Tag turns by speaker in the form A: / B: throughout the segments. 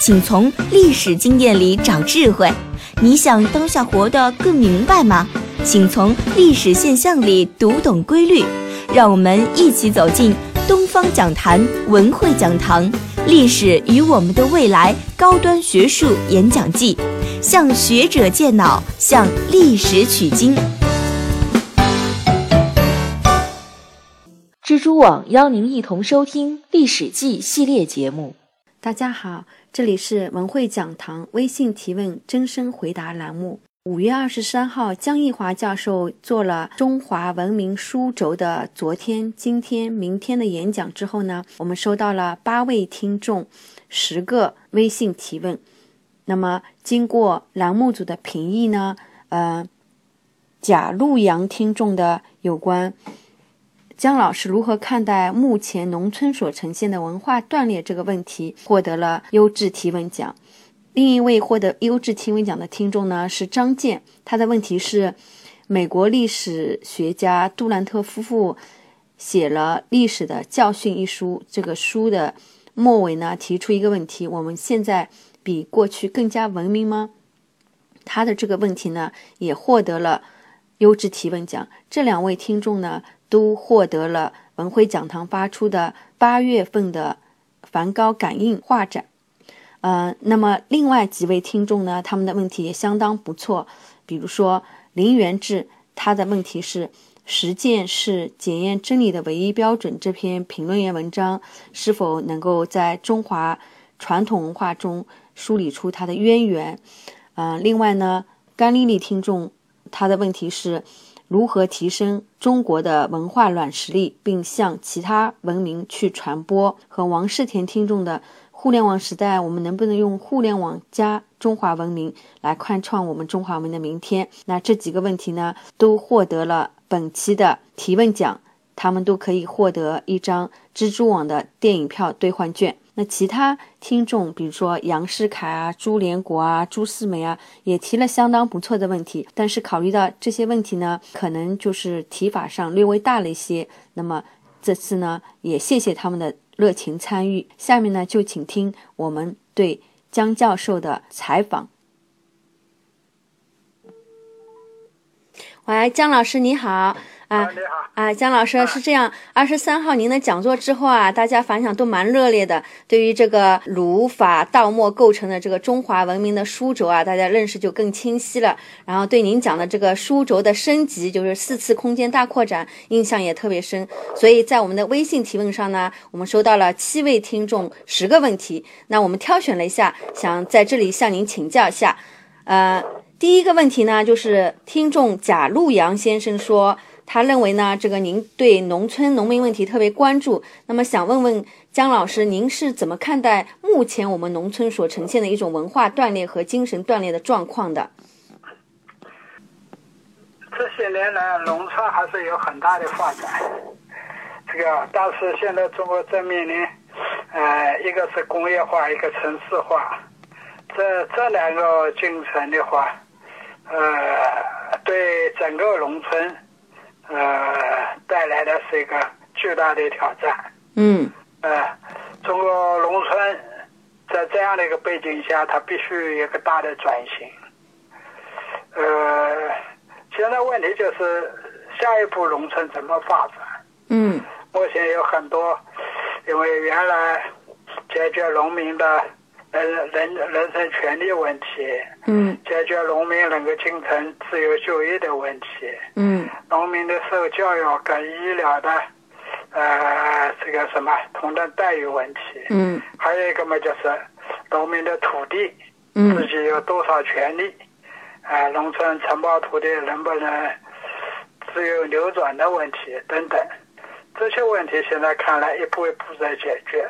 A: 请从历史经验里找智慧。你想当下活得更明白吗？请从历史现象里读懂规律。让我们一起走进东方讲坛文汇讲堂《历史与我们的未来》高端学术演讲季，向学者借脑，向历史取经。
B: 蜘蛛网邀您一同收听《历史记》系列节目。
C: 大家好，这里是文汇讲堂微信提问真声回答栏目。五月二十三号，江奕华教授做了《中华文明书轴》的昨天、今天、明天的演讲之后呢，我们收到了八位听众十个微信提问。那么，经过栏目组的评议呢，呃，贾陆阳听众的有关。姜老师如何看待目前农村所呈现的文化断裂这个问题？获得了优质提问奖。另一位获得优质提问奖的听众呢是张健，他的问题是：美国历史学家杜兰特夫妇写了《历史的教训》一书，这个书的末尾呢提出一个问题：我们现在比过去更加文明吗？他的这个问题呢也获得了优质提问奖。这两位听众呢。都获得了文汇讲堂发出的八月份的梵高感应画展。呃，那么另外几位听众呢，他们的问题也相当不错。比如说林元志，他的问题是：实践是检验真理的唯一标准。这篇评论员文章是否能够在中华传统文化中梳理出它的渊源？呃，另外呢，甘丽丽听众他的问题是。如何提升中国的文化软实力，并向其他文明去传播？和王世田听众的互联网时代，我们能不能用互联网加中华文明来开创我们中华文明的明天？那这几个问题呢，都获得了本期的提问奖，他们都可以获得一张蜘蛛网的电影票兑换券。那其他听众，比如说杨世凯啊、朱连国啊、朱世梅啊，也提了相当不错的问题。但是考虑到这些问题呢，可能就是提法上略微大了一些。那么这次呢，也谢谢他们的热情参与。下面呢，就请听我们对江教授的采访。喂，姜老师你好。啊，
D: 你好，
C: 啊，姜老师是这样，二十三号您的讲座之后啊，大家反响都蛮热烈的。对于这个儒法道墨构成的这个中华文明的书轴啊，大家认识就更清晰了。然后对您讲的这个书轴的升级，就是四次空间大扩展，印象也特别深。所以在我们的微信提问上呢，我们收到了七位听众十个问题，那我们挑选了一下，想在这里向您请教一下。呃，第一个问题呢，就是听众贾陆阳先生说。他认为呢，这个您对农村农民问题特别关注，那么想问问姜老师，您是怎么看待目前我们农村所呈现的一种文化断裂和精神断裂的状况的？
D: 这些年来，啊农村还是有很大的发展。这个，但是现在中国正面临，呃，一个是工业化，一个城市化，这这两个进程的话，呃，对整个农村。呃，带来的是一个巨大的挑战。
C: 嗯，
D: 呃，中国农村在这样的一个背景下，它必须有一个大的转型。呃，现在问题就是下一步农村怎么发展？
C: 嗯，
D: 目前有很多，因为原来解决农民的人人人身权利问题，
C: 嗯，
D: 解决农民能够进城自由就业的问题，
C: 嗯，
D: 农民的受教育跟医疗的，呃，这个什么同等待遇问题。
C: 嗯，
D: 还有一个嘛，就是农民的土地，
C: 嗯
D: 自己有多少权利？啊、农村承包土地能不能自由流转的问题等等，这些问题现在看来一步一步在解决。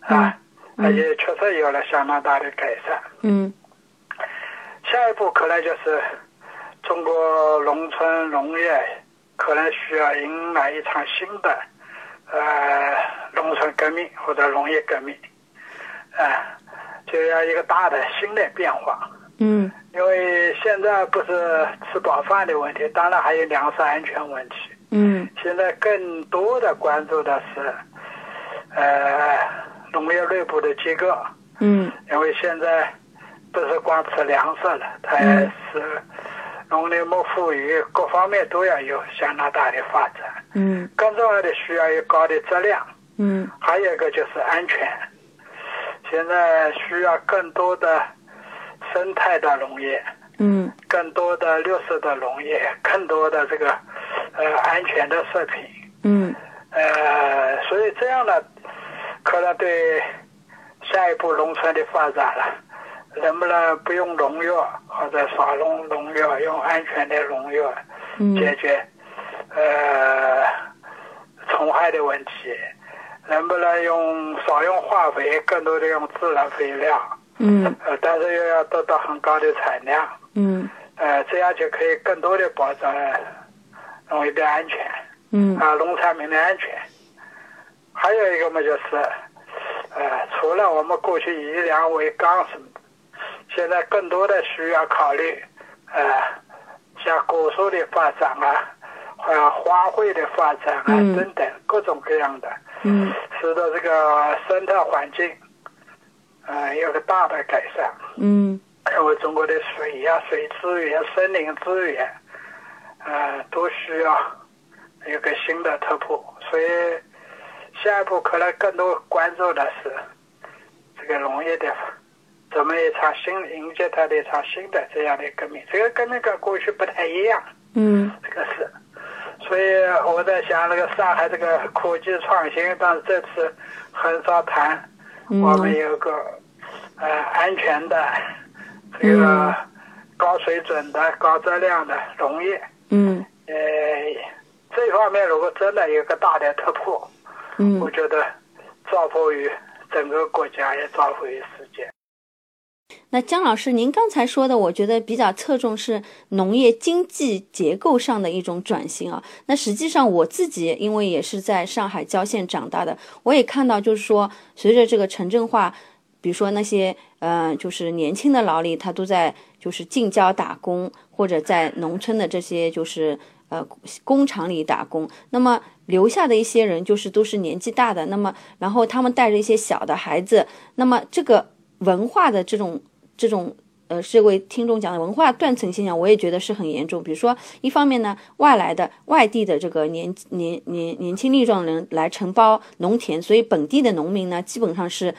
D: 啊，呃也确实有了相当大的改善。
C: 嗯
D: 下一步可能就是中国农村农业可能需要迎来一场新的呃农村革命或者农业革命，呃，就要一个大的新的变化。
C: 嗯
D: 因为现在不是吃饱饭的问题，当然还有粮食安全问题。
C: 嗯
D: 现在更多的关注的是，呃，农业内部的机构，
C: 嗯
D: 因为现在不是光吃粮食了，它也是农林牧副渔各方面都要有相当大的发展。
C: 嗯
D: 更重要的需要有高的质量，
C: 嗯
D: 还有一个就是安全。现在需要更多的生态的农业，
C: 嗯
D: 更多的绿色的农业，更多的这个呃安全的食品，
C: 嗯
D: 呃，所以这样呢，可能对下一步农村的发展了，能不能不用农药或者少用农药，用安全的农药解决、呃虫害的问题？能不能用少用化肥，更多的用自然肥料？
C: 嗯
D: 呃，但是又要得到很高的产量。
C: 嗯
D: 呃，这样就可以更多的保障呃农业的安全
C: 嗯
D: 啊，农产品的安全。还有一个嘛，就是呃，除了我们过去以粮为纲什么的，现在更多的需要考虑呃，像果树的发展啊，呃，花卉的发展啊
C: 嗯
D: 等等各种各样的，
C: 嗯
D: 使得这个生态环境呃有个大的改善。
C: 嗯
D: 还有中国的水呀、水资源、森林资源，呃，都需要有个新的突破。所以，下一步可能更多关注的是这个农业的，怎么一场新迎接它的一场新的这样的革命。这个革命跟过去不太一样，
C: 嗯
D: 这个是。所以我在想，那个上海这个科技创新，但是这次很少谈。我们有个呃安全的、这个高水准的、高质量的农业，
C: 嗯
D: 呃，这方面如果真的有个大的突破，
C: 嗯
D: 我。觉得造福于整个国家，也造福于世界。
C: 那姜老师，您刚才说的，我觉得比较侧重是农业经济结构上的一种转型啊。那实际上我自己因为也是在上海郊县长大的，我也看到就是说，随着这个城镇化，比如说那些呃，就是年轻的劳力，他都在就是近郊打工，或者在农村的这些就是呃工厂里打工。那么留下的一些人就是都是年纪大的，那么然后他们带着一些小的孩子，那么这个文化的这种这种。呃，这位听众讲的文化断层现象，我也觉得是很严重。比如说，一方面呢，外来的外地的这个年年年年轻力壮的人来承包农田，所以本地的农民呢，基本上是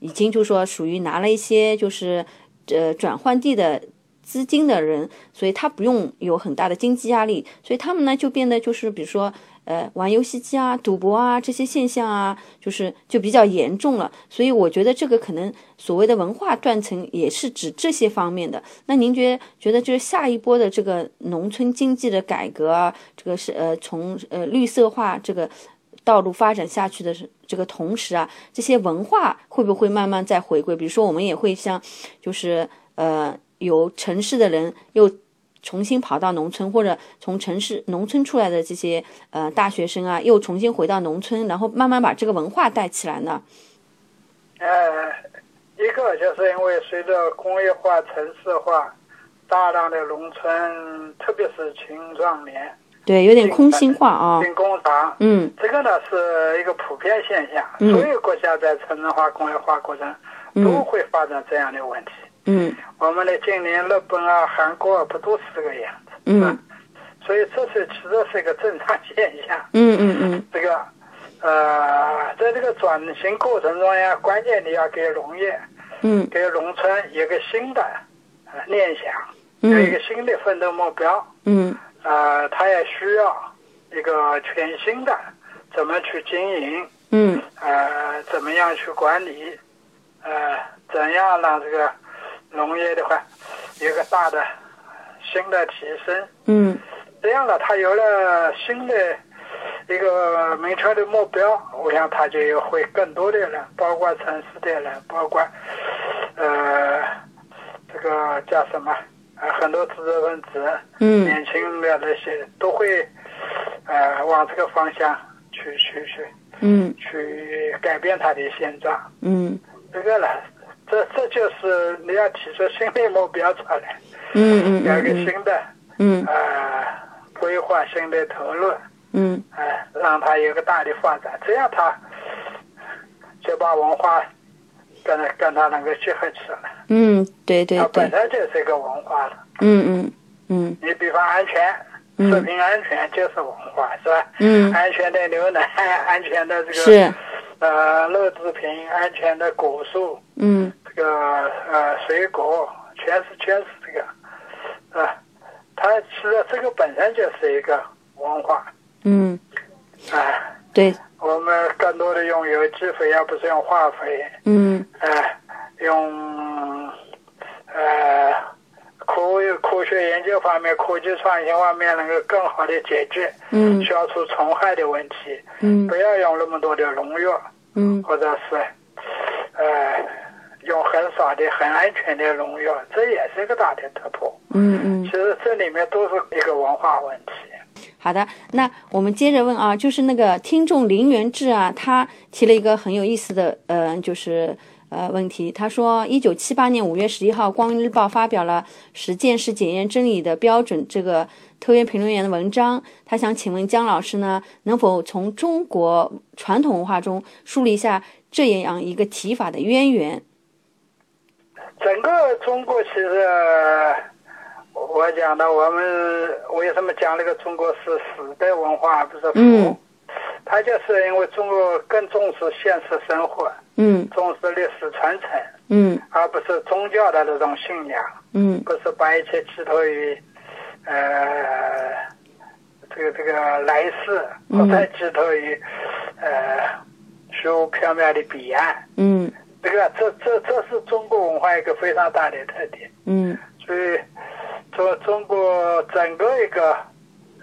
C: 已经就说属于拿了一些就是呃转换地的资金的人，所以他不用有很大的经济压力，所以他们呢就变得就是比如说呃玩游戏机啊、赌博啊这些现象啊，就是就比较严重了。所以我觉得这个可能所谓的文化断层也是指这些方面的。那您觉觉得就是下一波的这个农村经济的改革啊，这个是呃从呃绿色化这个道路发展下去的是这个同时啊，这些文化会不会慢慢再回归？比如说，我们也会像，就是呃，由城市的人又重新跑到农村，或者从城市农村出来的这些呃大学生啊，又重新回到农村，然后慢慢把这个文化带起来呢？
D: 呃，一个就是因为随着工业化、城市化，大量的农村，特别是青壮年
C: 对，有点空心化啊、
D: 进工厂，
C: 嗯
D: 这个呢是一个普遍现象，
C: 嗯
D: 所有国家在城镇化、工业化过程都会发展这样的问题。
C: 嗯
D: 我们的近邻日本啊、韩国啊，不都是这个样子？
C: 嗯
D: 所以这是其实是一个正常现象。
C: 嗯嗯嗯
D: 这个呃，在这个转型过程中呀，关键你要给农业、
C: 嗯
D: 给农村有个新的呃念想，有
C: 嗯
D: 一个新的奋斗目标。
C: 嗯
D: 呃，它也需要一个全新的怎么去经营。
C: 嗯
D: 呃，怎么样去管理，呃，怎样让这个农业的话有一个大的呃新的提升，
C: 嗯
D: 这样呢，它有了新的一个明确的目标，我想他就会更多的人，包括城市的人，包括呃这个叫什么，呃很多知识分子，
A: 嗯
D: 年轻的那些都会呃往这个方向去去去
C: 嗯
D: 去改变他的现状。
C: 嗯
D: 这个呢，这这就是你要提出新的目标出来，
C: 嗯
D: 有一个
C: 嗯
D: 新的
C: 嗯
D: 呃规划、新的投入，
C: 嗯
D: 哎、让它有个大的发展，这样它就把文化跟它跟它能够结合起来，
C: 嗯，对对
D: 它
C: 对
D: 本，来就是一个文化了。
C: 嗯嗯嗯
D: 你比方安全，
C: 嗯
D: 食品安全就是文化，是吧？
C: 嗯，
D: 安全的牛奶， 安全的这个
C: 是，
D: 呃肉制品，安全的果蔬，
C: 嗯
D: 这个呃水果，全是全是这个，啊、它其实这个本身就是一个文化
C: 嗯，
D: 啊、
C: 对，
D: 我们更多的用有机肥，而不是用化肥，
C: 嗯
D: 啊、用呃科科学研究方面、科技创新方面能够更好的解决，
C: 嗯
D: 消除虫害的问题，
C: 嗯
D: 不要用那么多的农药，
C: 嗯
D: 或者是呃用很少的、很安全的农药，这也是一个大的突破。
C: 嗯嗯，
D: 其实这里面都是一个文化问题。
C: 好的，那我们接着问啊，就是那个听众林元志啊，他提了一个很有意思的，呃，就是。呃，问题，他说，一九七八年五月十一号，《光荣日报》发表了《实践是检验真理的标准》这个特约评论员的文章。他想请问姜老师呢，能否从中国传统文化中梳理一下这样一个提法的渊源？
D: 整个中国其实，我讲的我们为什么讲那个中国是死的文化，而不是
C: 嗯
D: 佛？它就是因为中国更重视现实生活，
C: 嗯
D: 重视历史传承，
C: 嗯
D: 而不是宗教的那种信仰。
C: 嗯
D: 不是把一切寄托于，呃，这个这个来世，不再寄托于，呃，虚无缥缈的彼岸。
C: 嗯
D: 这个这这这是中国文化一个非常大的特点，
C: 嗯
D: 所以中中国整个一个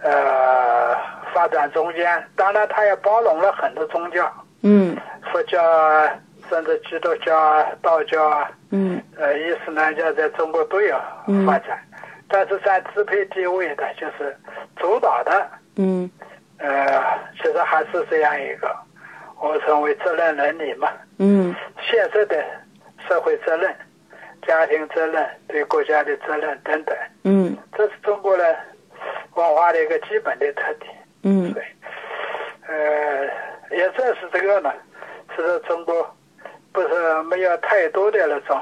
D: 呃发展中间，当然它也包容了很多宗教，
C: 嗯
D: 佛教啊，甚至基督教啊、道教啊，
C: 嗯
D: 呃，伊斯兰教在中国都有发展，但是在支配地位的，就是主导的，
C: 嗯
D: 呃，其实还是这样一个，我们称为责任伦理嘛，
C: 嗯
D: 现实的社会责任、家庭责任、对国家的责任等等，
C: 嗯
D: 这是中国人文化的一个基本的特点。
C: 嗯
D: 对，呃，也正是这个呢，使得中国不是没有太多的那种，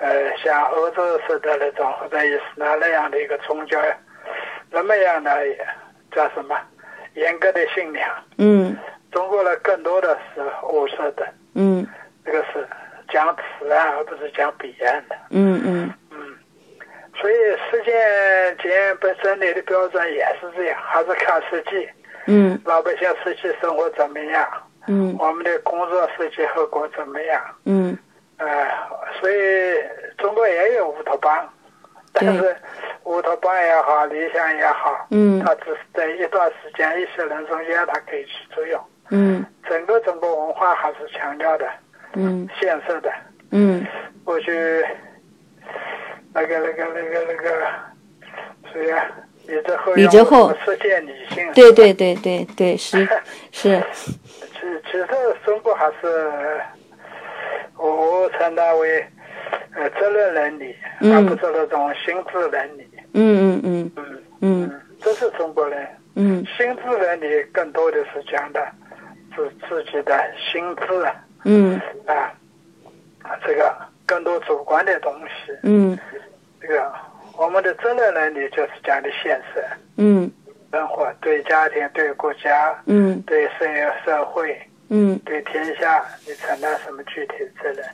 D: 呃，像欧洲式的那种或者伊斯兰那样的一个宗教，那么样的叫什么严格的信仰。
C: 嗯
D: 中国呢，更多的是我说的，
C: 嗯
D: 这个是讲此岸而不是讲彼岸的。
C: 嗯嗯
D: 所以，实践检验本身理的标准也是这样，还是看实际，
C: 嗯
D: 老百姓实际生活怎么样。
C: 嗯
D: 我们的工作实际后果怎么样？
C: 嗯
D: 呃，所以中国也有乌托邦，但
C: 对
D: 是乌托邦也好，理想也好，
C: 嗯
D: 它只是在一段时间、一些人中间它可以起作用。
C: 嗯
D: 整个中国文化还是强调的
C: 嗯
D: 现实的，
C: 嗯
D: 过去那个、那个、那个、那个，谁呀？李泽厚
C: 李
D: 用
C: 泽
D: 过什
C: 厚
D: 么实践理性，
C: 对对对对对，是是，
D: 其其实中国还是呃我我称它为呃责任伦理，
C: 嗯
D: 而不是那种心智伦理。
C: 嗯嗯嗯
D: 嗯
C: 嗯
D: 这是中国人
C: 嗯
D: 心智伦理更多的是讲的自自己的心智啊
C: 嗯
D: 啊，这个更多主观的东西。
C: 嗯
D: 这个我们的责任伦理就是讲的现实
C: 嗯
D: 生活，对家庭、对国家、
C: 嗯
D: 对社社会、
C: 嗯。
D: 对天下，你承担什么具体的责任？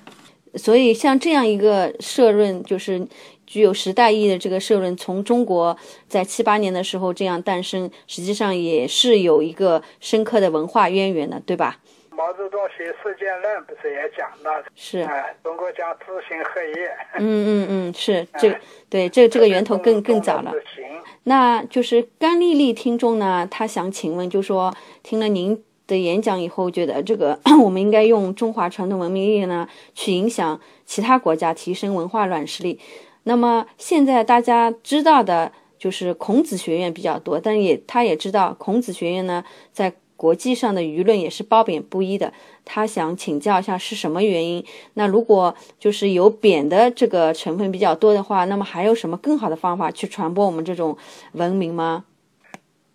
C: 所以像这样一个社论，就是具有时代意义的这个社论，从中国在七八年的时候这样诞生，实际上也是有一个深刻的文化渊源的，对吧？
D: 毛泽东写《世界论》不是也讲了？
C: 是，
D: 哎，中国讲知行合一，
C: 嗯嗯嗯，是这个，对，这这个源头更更早了。
D: 中国知行
C: 那就是甘丽丽听众呢，她想请问，就说听了您的演讲以后，觉得这个 我们应该用中华传统文明力呢，去影响其他国家，提升文化软实力。那么现在大家知道的就是孔子学院比较多，但也他也知道孔子学院呢，在国际上的舆论也是褒贬不一的。他想请教一下是什么原因？那如果就是有贬的这个成分比较多的话，那么还有什么更好的方法去传播我们这种文明吗？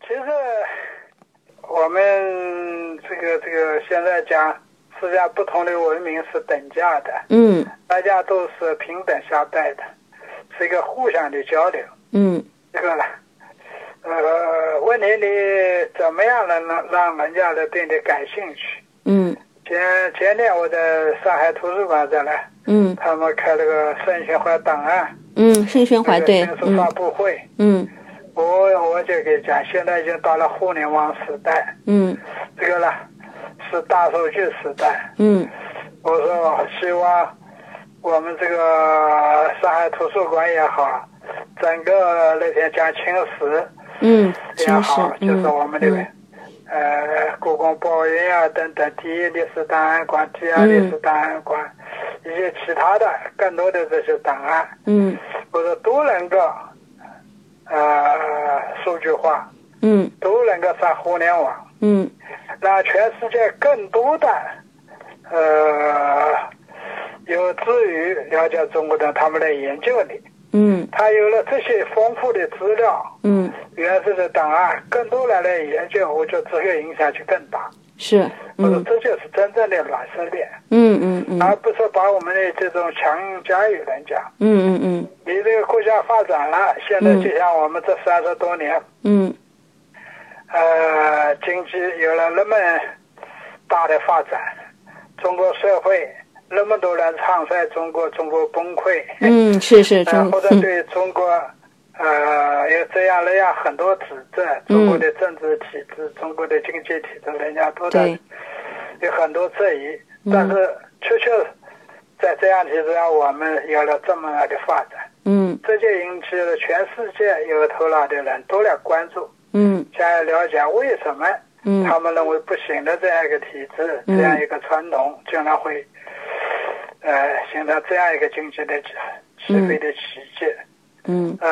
D: 其实我们这个这个现在讲，世界不同的文明是等价的，
C: 嗯
D: 大家都是平等相待的，是一个互相的交流。
C: 嗯
D: 这个，呃，问题你怎么样能让让人家来对你感兴趣？
C: 嗯
D: 前前天我在上海图书馆这来，
C: 嗯
D: 他们开了个圣循环档案，
C: 嗯，盛宣怀
D: 这个
C: 对，
D: 新书发
C: 嗯
D: 布会，
C: 嗯
D: 我我就给讲，现在已经到了互联网时代，
C: 嗯
D: 这个呢是大数据时代。
C: 嗯
D: 我说希望我们这个上海图书馆也好，整个那天讲青史
C: 嗯，真
D: 也
C: 是
D: 好，就
C: 嗯
D: 是我们这个、
C: 嗯
D: 呃故宫博物院啊等等，第一历史档案馆、第二历史档案馆、以及其他的更多的这些档案，
C: 嗯
D: 我说都能够呃数据化，
C: 嗯
D: 都能够上互联网。
C: 嗯
D: 让全世界更多的呃有资源了解中国的他们来研究你。
C: 嗯
D: 他有了这些丰富的资料、
C: 嗯，
D: 原始的档案，更多人来研究，我觉得这个影响就更大。
C: 是，
D: 我说
C: 嗯
D: 这就是真正的软实力，
C: 嗯嗯嗯
D: 而不是把我们的这种强加于人家。
C: 嗯嗯
D: 你这个国家发展了，现在就像我们这三十多年，
C: 嗯
D: 呃，经济有了那么大的发展，中国社会那么多人唱衰中国，中国崩溃，
C: 嗯，是是
D: 呃
C: 中
D: 或者
C: 嗯
D: 对中国呃有这样那样很多指责，中
C: 嗯
D: 国的政治体制、中国的经济体制，人家都在
C: 对，嗯
D: 有很多质疑，但是确确在这样体制下，我们有了这么样的发展，
C: 嗯
D: 这就引起了全世界有头脑的人都来关注。
C: 嗯
D: 想要了解为什么
C: 嗯
D: 他们认为不行的这样一个体制、
C: 嗯
D: 这样一个传统，竟然会呃形成这样一个经济的起起飞的奇迹
C: 嗯
D: 啊！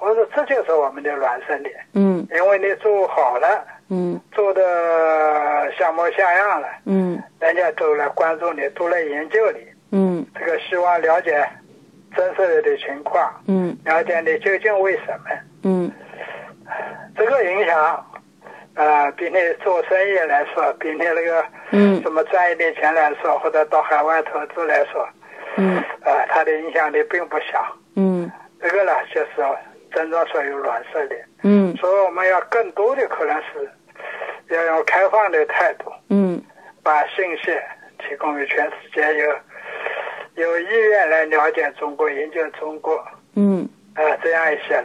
D: 我说这就是我们的软实力，
C: 嗯
D: 因为你做好了，
C: 嗯
D: 做的像模像样了，
C: 嗯
D: 人家都来关注你，都来研究你，
C: 嗯
D: 这个希望了解真实的情况，
C: 嗯
D: 了解你究竟为什么。
C: 嗯
D: 这个影响，呃，比你做生意来说，比你那个
C: 嗯
D: 什么赚一点钱来说，或者到海外投资来说，
C: 嗯
D: 呃，它的影响力并不小。
C: 嗯
D: 这个呢，就是真正所有软实力。
C: 嗯
D: 所以我们要更多的可能是要用开放的态度，
C: 嗯
D: 把信息提供给全世界有有意愿来了解中国、研究中国，
C: 嗯
D: 呃，这样一些人，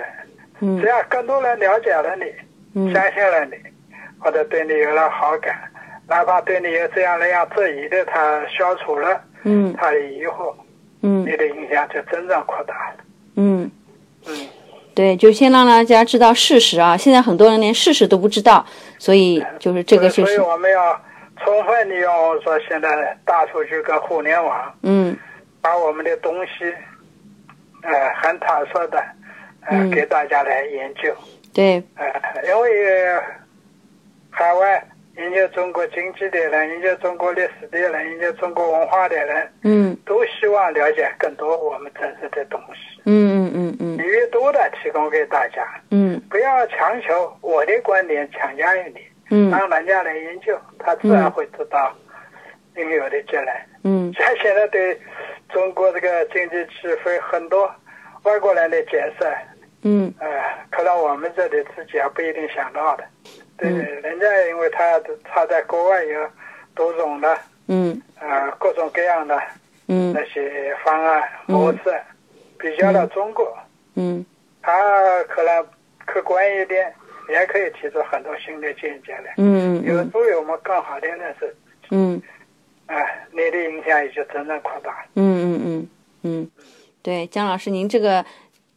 C: 嗯
D: 只要更多人了解了你。
C: 嗯
D: 相信了你，或者对你有了好感，哪怕对你有这样那样质疑的，他消除了
C: 嗯
D: 他的疑惑，
C: 嗯
D: 你的影响就真正扩大了。
C: 嗯，
D: 嗯，
C: 对，就先让大家知道事实啊！现在很多人连事实都不知道，所以就是这个就
D: 所以
C: 是
D: 我们要充分利用我说现在大数据跟互联网，
C: 嗯
D: 把我们的东西，呃，很坦率的，呃，
C: 嗯
D: 给大家来研究，
C: 对
D: 呃，因为呃海外。研究中国经济的人，研究中国历史的人，研究中国文化的人，
C: 嗯
D: 都希望了解更多我们真实的东西。
C: 嗯嗯嗯
D: 你越多的提供给大家，
C: 嗯
D: 不要强求我的观点强加于你，
C: 嗯
D: 让人家来研究，他自然会得到应有的结论。
C: 嗯
D: 像 现在对中国这个经济起飞，很多外国人的解释，
C: 嗯
D: 呃，可能我们这里自己还不一定想到的。对，人家因为他他在国外有多种的
C: 嗯
D: 呃各种各样的
C: 嗯
D: 那些方案模式，比较了中国，
C: 嗯
D: 他可能客观一点，也可以提出很多新的见解来，
C: 嗯
D: 有
C: 嗯
D: 助于我们更好的认识自己。
C: 嗯
D: 哎、你的影响也就真正扩大。
C: 嗯嗯嗯嗯，对，姜老师，您这个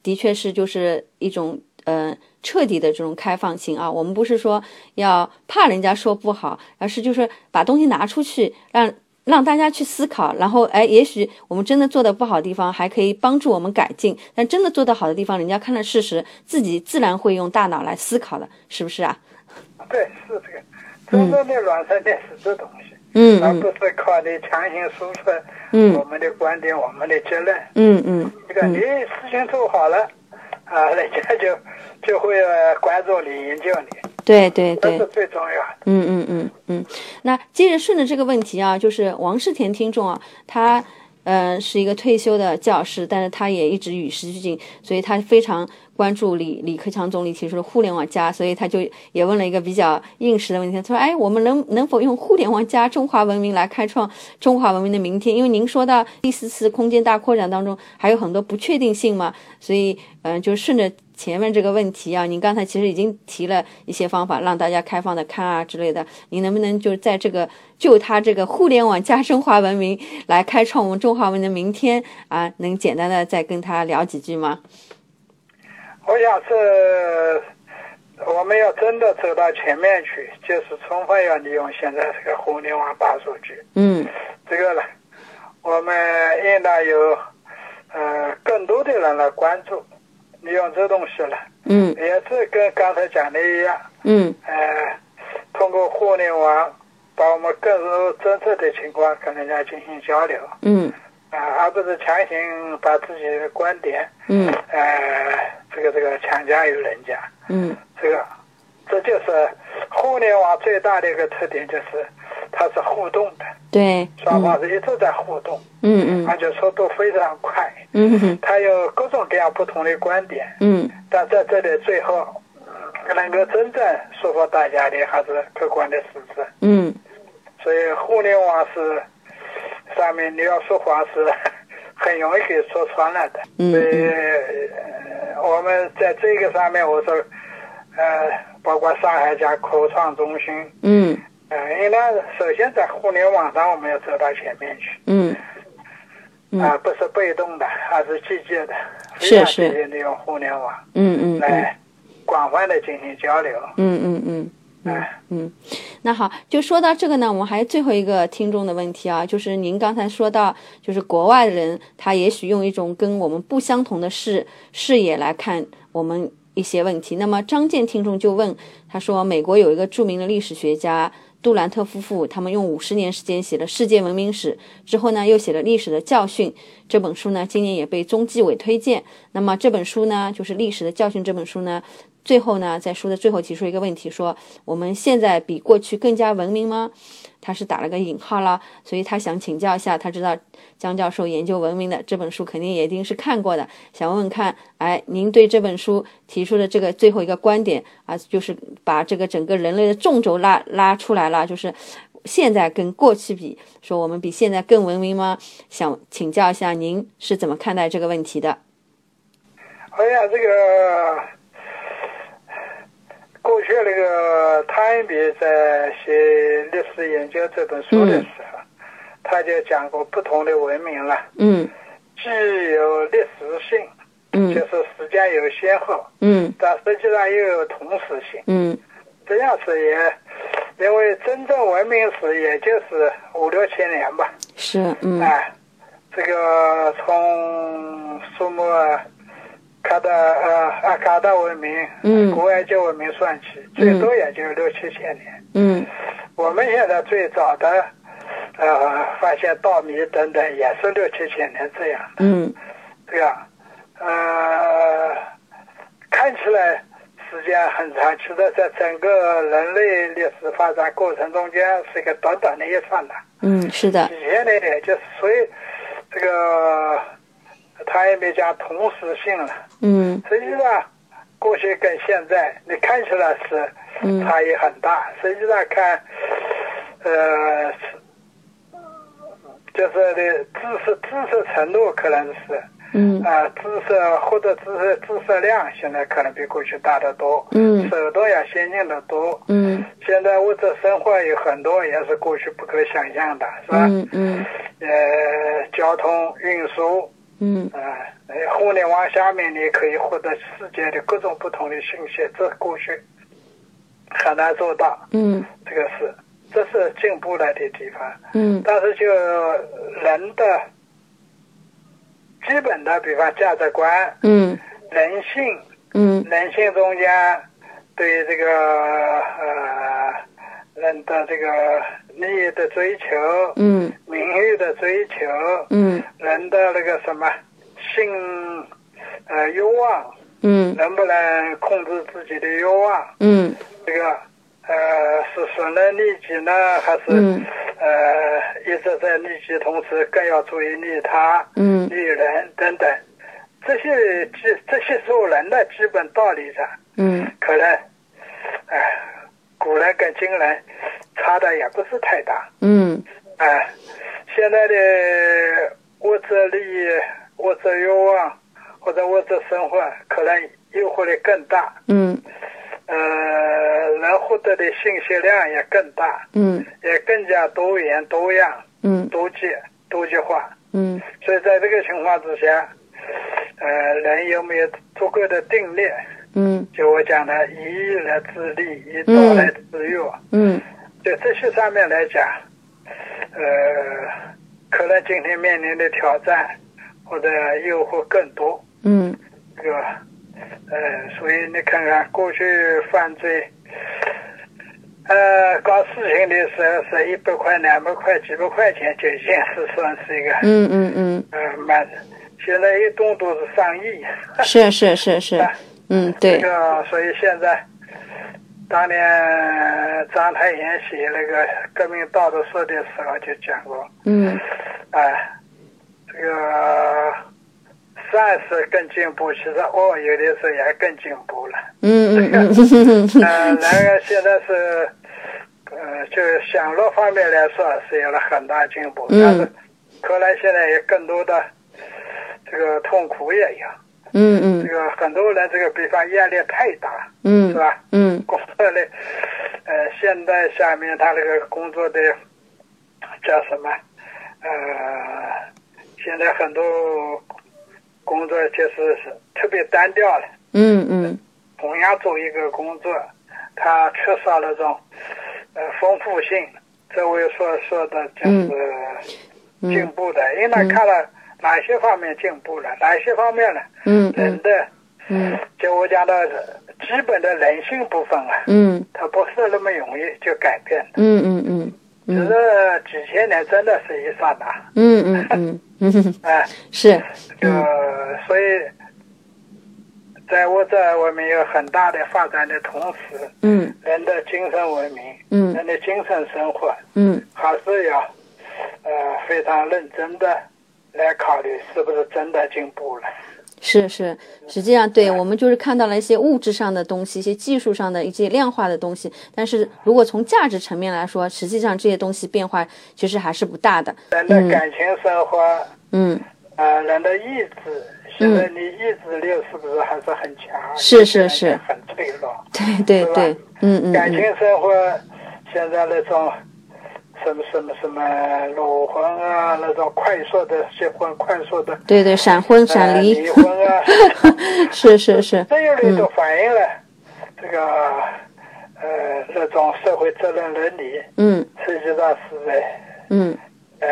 C: 的确是就是一种呃彻底的这种开放性啊。我们不是说要怕人家说不好，而是就是把东西拿出去，让让大家去思考，然后哎，也许我们真的做的不好的地方，还可以帮助我们改进；但真的做得好的地方，人家看了事实，自己自然会用大脑来思考的，是不是啊？
D: 对，是这个。真正的软实力是这东西，
C: 嗯
D: 而
C: 嗯
D: 不是靠你强行输出我
C: 嗯
D: 们的观点、我们的结论。
C: 嗯嗯
D: 这个你事情做好了， 啊，人家就就会呃关注你、研究你，
C: 对对
D: 这
C: 对。
D: 是最重要的。
C: 嗯嗯嗯嗯，那接着顺着这个问题啊，就是王世田听众啊，他呃是一个退休的教师，但是他也一直与时俱进，所以他非常关注李李克强总理提出的“互联网加”，所以他就也问了一个比较应时的问题，他说：“哎，我们能能否用‘互联网加’中华文明来开创中华文明的明天？因为您说到第四次空间大扩展当中还有很多不确定性嘛，所以嗯、呃就顺着前面这个问题啊，您刚才其实已经提了一些方法，让大家开放的看啊之类的，您能不能就是在这个就它这个互联网加中华文明来开创我们中华文明的明天啊，能简单的再跟他聊几句吗？
D: 我想是，我们要真的走到前面去，就是充分要利用现在这个互联网大数据。
C: 嗯
D: 这个呢，我们应当有呃更多的人来关注，利用这东西呢，
C: 嗯
D: 也是跟刚才讲的一样，
C: 嗯
D: 呃，通过互联网把我们更多真实的情况跟人家进行交流啊、
C: 嗯
D: 而不是强行把自己的观点
C: 嗯
D: 呃这个这个强加于人家，
C: 嗯
D: 这个这就是互联网最大的一个特点，就是它是互动的，
C: 对，
D: 双方是一直在互动。
C: 嗯嗯
D: 而且速度非常快，
C: 嗯
D: 他有各种各样不同的观点，
C: 嗯
D: 但在这里最后能够真正说服大家的还是客观的事实。
C: 嗯
D: 所以互联网是上面你要说谎是很容易给说穿了的。
C: 嗯
D: 所以、呃我们在这个上面，我说，呃，包括上海讲科创中心，
C: 嗯
D: 呃，应该首先在互联网上我们要走到前面去。
C: 嗯嗯
D: 啊，不是被动的，而是积极的，
C: 是
D: 非常
C: 是
D: 积极利用互联网
C: 嗯嗯嗯。
D: 来广泛的进行交流。
C: 嗯嗯嗯嗯嗯，那好，就说到这个呢，我们还有最后一个听众的问题啊，就是您刚才说到，就是国外的人他也许用一种跟我们不相同的视视野来看我们一些问题。那么张健听众就问，他说美国有一个著名的历史学家杜兰特夫妇，他们用五十年时间写了《世界文明史》，之后呢又写了《历史的教训》这本书呢，今年也被中纪委推荐。那么这本书呢，就是《历史的教训》这本书呢，最后呢，在书的最后提出一个问题说，我们现在比过去更加文明吗？他是打了个引号啦，所以他想请教一下，他知道江教授研究文明的这本书肯定也一定是看过的，想问问看，哎，您对这本书提出的这个最后一个观点啊，就是把这个整个人类的纵轴拉拉出来了，就是现在跟过去比，说我们比现在更文明吗？想请教一下您是怎么看待这个问题的？
D: 哎呀，这个过去那个汤因比在写《历史研究》这本书的时候，他就讲过不同的文明了，
C: 嗯
D: 既有历史性，就
C: 嗯
D: 是时间有先后，
C: 嗯
D: 但实际上又有同时性。
C: 嗯
D: 这样子也，因为真正文明史也就是五六千年吧。
C: 是嗯
D: 哎，这个从苏木尔卡达呃阿卡达文明，
C: 嗯
D: 古埃及文明算起，最多也就六七千年。
C: 嗯
D: 我们现在最早的呃发现稻米等等也是六七千年这样的，
C: 嗯
D: 这样呃看起来。时间很长，其实在整个人类历史发展过程中间是一个短短的一刹那。
C: 嗯是的
D: 几千年的，就是所以这个他也没讲同时性了。
C: 嗯
D: 实际上，过去跟现在，你看起来
C: 嗯
D: 是差异很大，实际上看，呃，是就是的知识知识程度可能是
C: 嗯
D: 呃，知识或者知识知识量现在可能比过去大得多，
C: 嗯
D: 手段也先进得多。
C: 嗯
D: 现在物质生活有很多也是过去不可想象的，是吧？
C: 嗯嗯
D: 呃，交通运输，
C: 嗯
D: 呃，呃互联网下面你可以获得世界的各种不同的信息，这过去很难做到，
C: 嗯
D: 这个是，这是进步了的地方。
C: 嗯
D: 但是就人的基本的，比方价值观、
C: 嗯
D: 人性，
C: 嗯
D: 人性中间对这个呃人的这个利益的追求、
C: 嗯
D: 名誉的追求、
C: 嗯
D: 人的那个什么性呃欲望，
C: 嗯
D: 能不能控制自己的欲望？
C: 嗯
D: 这个呃是损人利己呢，还是、
C: 嗯
D: 呃一直在利己，同时更要注意利他、
C: 嗯
D: 利人等等，这些基这些做人的基本道理上，
C: 嗯
D: 可能哎、古人跟今人差的也不是太大。
C: 嗯
D: 哎、现在的物质利益、物质欲望或者物质生活，可能诱惑力更大。
C: 嗯
D: 呃，能获得的信息量也更大，
C: 嗯
D: 也更加多元、多样、
C: 嗯
D: 多极、多极化。
C: 嗯
D: 所以在这个情况之下，呃，人有没有足够的定力？
C: 嗯
D: 就我讲的，以义来自利，以道来自欲。
C: 嗯
D: 就这些上面来讲，呃，可能今天面临的挑战或者诱惑更多。
C: 嗯
D: 这个，呃，所以你看看过去犯罪，呃，搞事情的时候是一百块、两百块、几百块钱就已经是算是一个，
C: 嗯嗯嗯，
D: 呃，蛮，现在一动都是上亿，
C: 是是是是，嗯
D: 这
C: 对，
D: 个，所以现在，当年章太炎写那个《革命道德说》的时候就讲过，
C: 嗯
D: 哎，这个善是更进步，其实恶有的时候也更进步了。
C: 嗯嗯嗯
D: 呃，然而现在是，呃，就是享乐方面来说是有了很大进步，
C: 嗯
D: 但是可能现在也更多的这个痛苦也有。这
C: 嗯
D: 个很多人这个，比方压力太大，是
C: 嗯
D: 吧？
C: 嗯
D: 工作的，呃，现在下面他这个工作的叫什么？呃，现在很多工作就是是特别单调了。
C: 嗯嗯
D: 同样做一个工作，它缺少了种呃丰富性。这位所说的就是
C: 嗯
D: 进步的，因为他看了哪些方面进步了，哪些方面呢？
C: 嗯
D: 人的，
C: 嗯
D: 就我讲的基本的人性部分啊，
C: 嗯
D: 它不是那么容易就改变的，
C: 嗯嗯
D: 只
C: 嗯
D: 是几千年真的是一刹那，
C: 嗯嗯嗯，
D: 哎、
C: 是，
D: 呃，所以在我这儿我们有很大的发展的同时，
C: 嗯
D: 人的精神文明，
C: 嗯
D: 人的精神生活
C: 嗯
D: 还是要呃非常认真的来考虑是不是真的进步了。
C: 是是，实际上对我们就是看到了一些物质上的东西，一些技术上的一些量化的东西，但是如果从价值层面来说，实际上这些东西变化其实还是不大的。
D: 人的感情生活，
C: 嗯，
D: 呃，人的意志，现在你意志力是不是还是很强？
C: 是是是
D: 很脆弱。
C: 对对对，嗯嗯
D: 感情
C: 嗯
D: 生活现在那种什么什么什么裸婚啊，那种快速的结婚，快速的
C: 对对，闪婚
D: 呃
C: 闪离
D: 离，婚啊。
C: 是是是，
D: 这一类都反映了这个呃那种社会责任伦理，
C: 嗯
D: 实际上是在
C: 嗯
D: 呃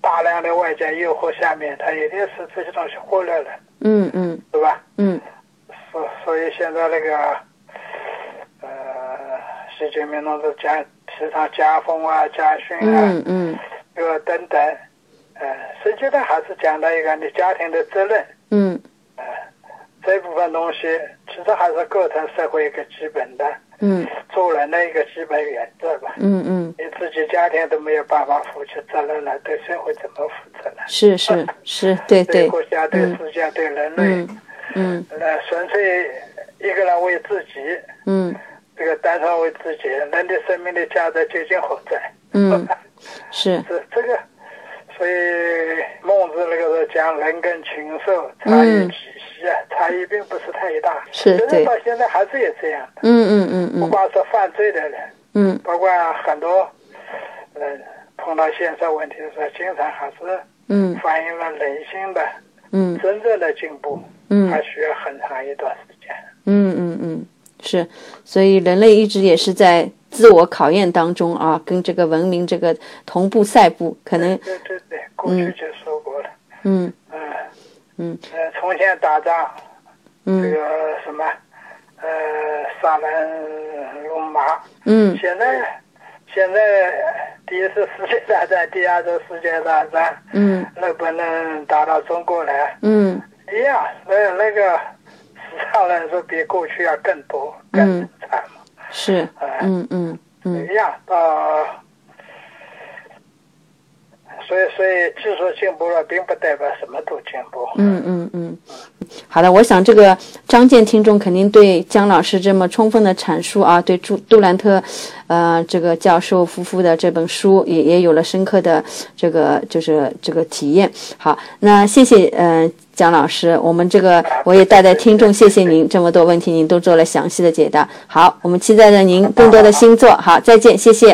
D: 大量的外界诱惑下面，它一定是这些东西忽略了，
C: 嗯嗯
D: 是吧？
C: 嗯
D: 所所以现在那个呃习近平同志讲提倡家风啊、家训啊
C: 嗯，嗯
D: 这个等等，呃，实际上还是讲到一个你家庭的责任。
C: 嗯
D: 这部分东西其实还是构成社会一个基本的
C: 嗯
D: 做人的一个基本原则吧。
C: 嗯嗯，
D: 你自己家庭都没有办法负起责任来，对社会怎么负责呢？
C: 是是是，对对，
D: 国家、对
C: 嗯
D: 世界、对人类
C: 嗯，嗯
D: 那纯粹一个人为自己，
C: 嗯
D: 这个单纯为自己，人的生命的价值究竟何在？
C: 嗯，是，
D: 这这个，所以孟子那个时候讲人跟禽兽差异几息啊，差异并不是太大。
C: 嗯是
D: 人
C: 对
D: 到现在还是有这样的，
C: 嗯嗯
D: 不
C: 嗯
D: 光是犯罪的人，
C: 嗯
D: 包括很多人碰到现实问题的时候，经常还是
C: 嗯
D: 反映了人性的
C: 嗯
D: 真正的进步，
C: 嗯
D: 还需要很长一段时间。
C: 嗯嗯嗯，是，所以人类一直也是在自我考验当中啊，跟这个文明这个同步赛步，可能
D: 对对对，过去就说过了，
C: 嗯
D: 嗯
C: 嗯
D: 呃，从前打仗这
C: 嗯
D: 个什么，呃，杀人如麻，
C: 嗯
D: 现在现在第一次世界大战、第二次世界大战，
C: 嗯
D: 能不能打到中国来？
C: 嗯
D: 一样，那那个死伤人数比过去要更多、更惨嘛。
C: 是，嗯嗯嗯
D: 一样到，所以所以技术进步了，并不代表什么都进步。
C: 嗯嗯嗯，好的，我想这个张健听众肯定对姜老师这么充分的阐述啊，对朱杜兰特，呃，这个教授夫妇的这本书也也有了深刻的这个就是这个体验。好，那谢谢呃姜老师，我们这个我也带带听众，谢谢您这么多问题您都做了详细的解答。好，我们期待着您更多的新作。好，再见，谢谢。